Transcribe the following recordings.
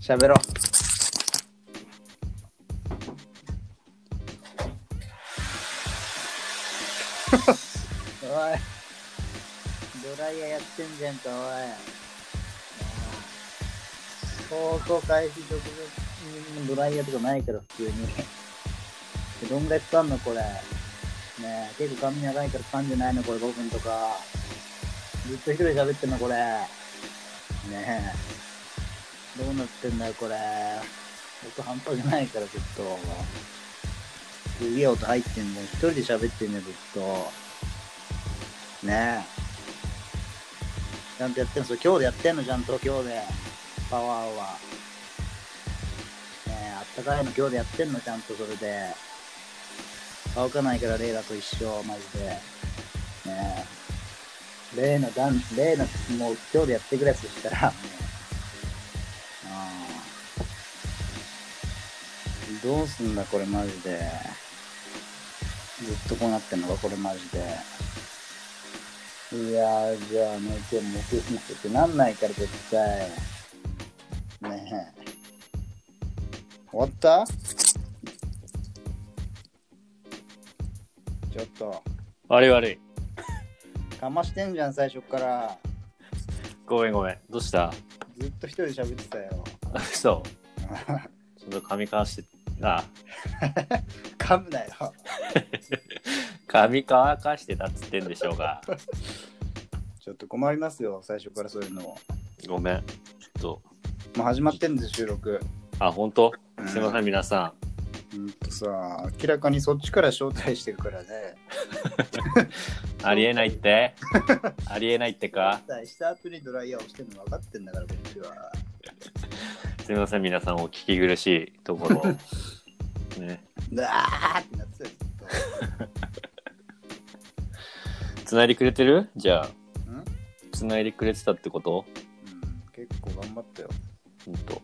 喋ろう。おい。ドライヤーやってんじゃんか、おい。高校開始直前にドライヤーとかないから、普通に。どんぐらい使んの、これ。ねえ、結構髪長いから使んじゃないの、これ5分とか。ずっと一人で喋ってんの、これ。ねえ。どうなってんだよ、これ。僕半端じゃないから、ずっと。すげえ音入ってんの。一人で喋ってんねずっと。ねえ。ちゃんとやってんの、それ今日でやってんの、ちゃんと今日で。パワーは。ねえ、あったかいの今日でやってんの、ちゃんとそれで。乾かないから、レイラと一緒、マジで。ねえ。レイのダンス、レイの、もう今日でやってくれやつしたら、もううんどうすんだこれマジでずっとこうなってんのかこれマジでいやーじゃあね今日も目標ってなんないから絶対ねえ終わったちょっと悪い悪い。かましてんじゃん最初からごめんごめん。どうした ずっと一人で喋ってたよそう。ちょっと髪かわして、あ、噛むなよ髪乾かしてたっつってんでしょうが。ちょっと困りますよ最初からそういうのをごめん。ちょっと、もう始まってんです収録あ、本当すいません、皆さうんとさ明らかにそっちから招待してるからねん。ありえないってありえないってか招待した後にドライヤーをしてるの分かってんだからこっちはすいません、皆さん、お聞き苦しいところ。 ね。うわーってなってたよずっつないでくれてるじゃあ。とうん、うん、つないでくれてたってこと結構頑張ったよほんと。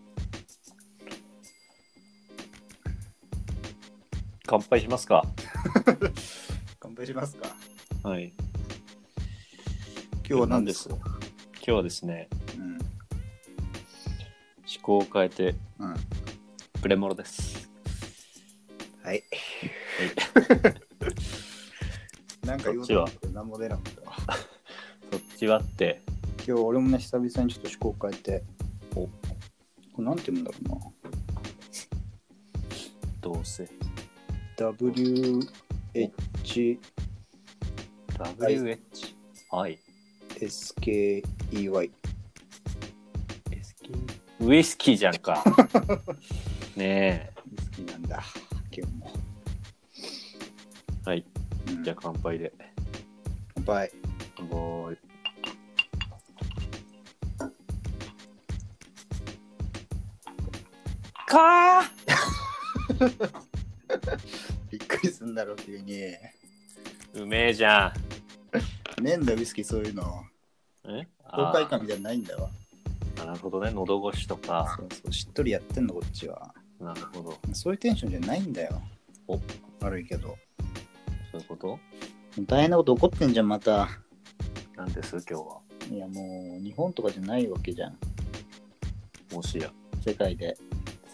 乾杯しますか。乾杯しますかはい。今日は何ですか今日はですね、うん思考を変えてうんプレモロです。はい なんか言おうと思ったけど何も出なかったわそっちはって、今日俺もね久々にちょっと趣向変えておこれなんて言うんだろうなどうせ。 WHSKEY WH。はい。ウイスキー。ウイスキーじゃ んか。ね好きなんだ今日もえ。はい。うんじゃあ乾杯で。乾杯乾杯。かーびっくりすんだろ急にねうめえじゃん。えんだよウイスキーそういうのえ爽あ快感じゃないんだわーなるほどね。喉越しとか。そうそうしっとりやってんのこっちはなるほど。そういうテンションじゃないんだよお悪いけどそういうこと大変なこと起こってんじゃんまたなんです今日は。いやもう日本とかじゃないわけじゃんもしや。世界で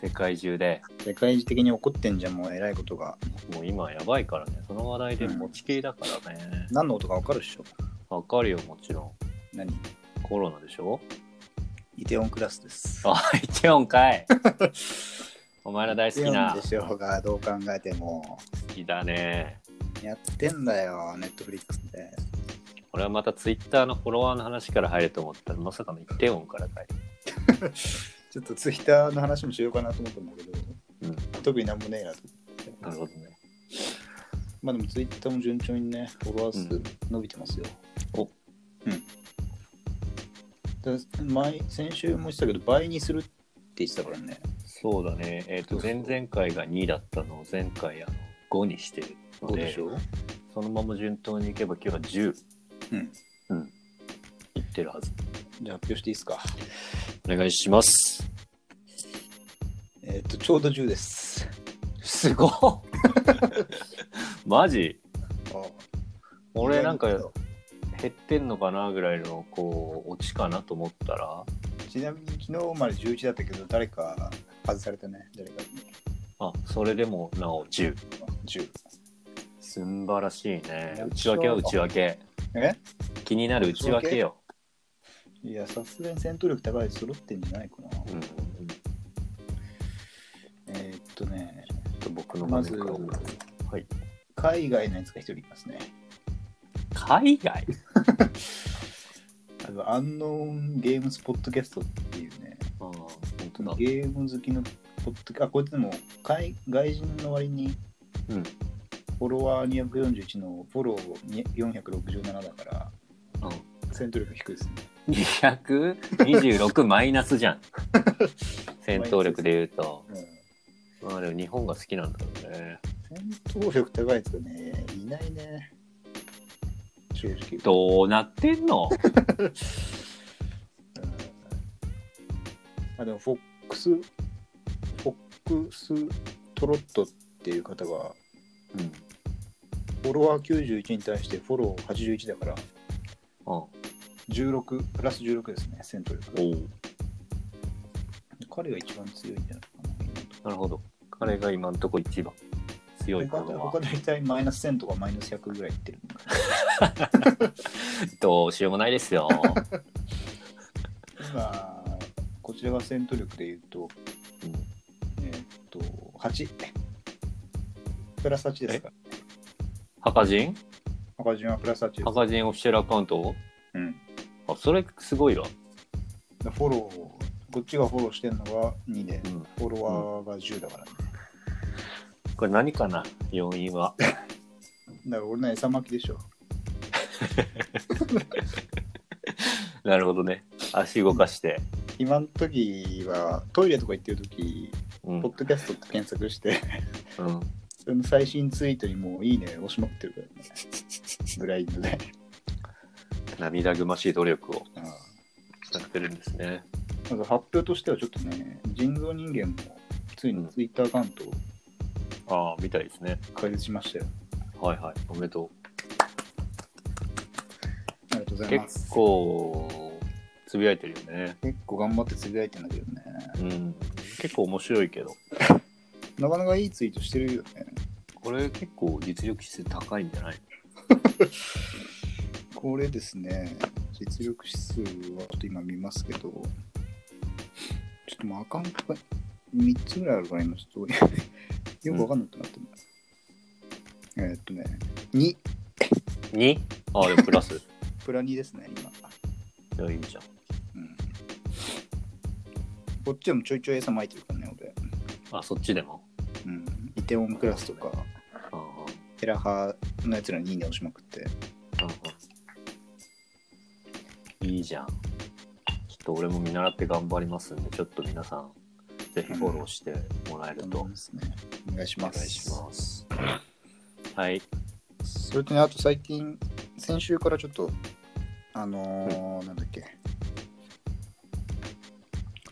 世界中で。世界中的に起こってんじゃんもう偉いことがもう今やばいからね。その話題で持ちきりだからね。何のことかわかるでしょわ、かるよ、もちろ何ん。コロナでしょイテオンクラスですあ、イテウォンか い。お前ら大イ好テきオンな。でしょうがどう考えても好きだね。やってんだよネットフリックスで俺はまたツイッターのフォロワーの話から入ると思ったら、まさかのイテウォンからかい。ちょっとツイッターの話もしようかなと思ったんだけど、うん。特になんもねえなと。なるほどね。まあでもツイッターも順調にね、フォロワー数伸びてますよ。おだ前先週も言ってたけど、倍にするって言ってたからね。そうだね。えっ、と、そうそう前々回が2だったのを前回あの5にしてるどのうででし、ょうそのまま順当にいけば今日は10うん。いってるはず。じゃあ発表していいですか。お願いします。えっ、と、ちょうど10です。すごっマジ俺なんか意外と減ってんのかなぐらいのこう落ちかなと思ったらちなみに昨日まで11だったけど、誰か外されたね。誰かあ、それでもなお10。 10。すんばらしいね。内訳は内訳。え気になる内訳よ。いや、さすがに戦闘力高いやつ揃ってんじゃないかな。うんうんうんえーっとね、ちょっと僕のま画ず面から。はい。海外のやつが一人いますね。海外あの、アンノーンゲームスポッドキャストっていうね、ああ、本当だ。ゲーム好きのポッドキャスト、あ、こいつでも海外人の割にうん。フォロワー241のフォロー467だから、うん戦闘力低いですね。 226マイナスじゃ ん。戦闘力で言うと。うんまあでも日本が好きなんだろうね。戦闘力高いやつがね、いないね。正直。どうなってん のうんあでも、フォックス、フォックストロットっていう方が、うん。フォロワー91に対してフォロー81だから、うん。お16、プラス16ですね、戦闘力。う彼が一番強いんじゃないかな今のとこなるほど。彼が今んとこ一番強いころ。と他は他大体マイナス1000とかマイナス100ぐらいいってるのかなどうしようもない ですよ。今、こちらが戦闘力で言うと、うんえーっと、8。プラス8ですか。赤人赤字はプラス8です。赤人オフィシャルアカウントうん。あ、それすごいわ。でフォローを、こっちがフォローしてるのが2でう、ん。フォロワーが10だから、ねこれ何かな要因は。 だから俺の餌巻きでしょ。なるほどね。足動かして。今の時は、トイレとか行ってる時、うん。うポんッドキャストって検索して、その最新ツイートにもういいね押しまくってるからね。ブラインドで。涙ぐましい努力をうんされてるんですね。まず発表としてはちょっとね、人造人間もついにツイッターアカウントをああ、みたいですね。開設しましたよ。はいはい。おめでとありがとうごう。ざいます。結構、つぶやいてるよね。結構頑張ってつぶやいてんだけどね。うん。結構面白いけど。なかなかいいツイートしてるよね。これ結構実力質高いんじゃないこれですね、実力指数はちょっと今見ますけど、ちょっともうアカウントが3つぐらいあるから今ちょっと よくわかんなくなってます。えーっとね、2、 ?2? ああ、でもプラス。 プラ2ですね、今。いや、いいじゃん。うん、こっちでもちょいちょい餌まいてるからね、俺。あ、そっちでもうん。イテウォンクラスとか、ああ、テラハのやつらにいいね押しまくって。ああ。いいじゃん。ちょっと俺も見習って頑張りますんで、ちょっと皆さん、ぜひフォローしてもらえるとそうですね。お願いしお願まいす。します。はい。それとね、あと最近、先週からちょっと、あのーなんだっけ、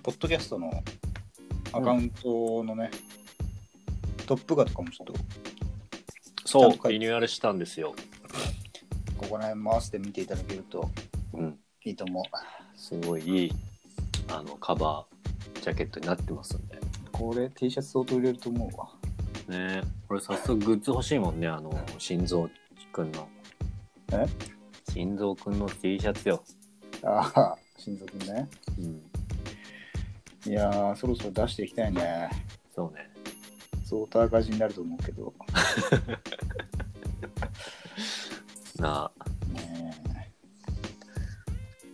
ポッドキャストのアカウントのね、トップガとかもちょっと、そちゃんと書う、いてリニューアルしたんですよ。ここら辺も合わせて見ていただけるとうん。いいと思う。すごいいい、あの、カバー、ジャケットになってますんで。これ T シャツ相当売れると思うわ。ねこれ早速グッズ欲しいもんね、あの、心臓くんの。え心臓くんの T シャツよ。ああ、親族ね。うん。いやー、そろそろ出していきたいね。そうね。相当赤字になると思うけど。なあ。ね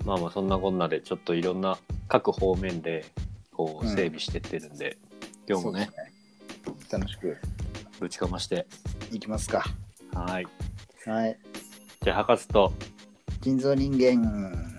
まあまあそんなこんなでちょっといろんな各方面でこううん整備してってるんで、え今日もねそうですね楽しくぶちかましていきますか。はいはい。じゃあ博士と人造人間。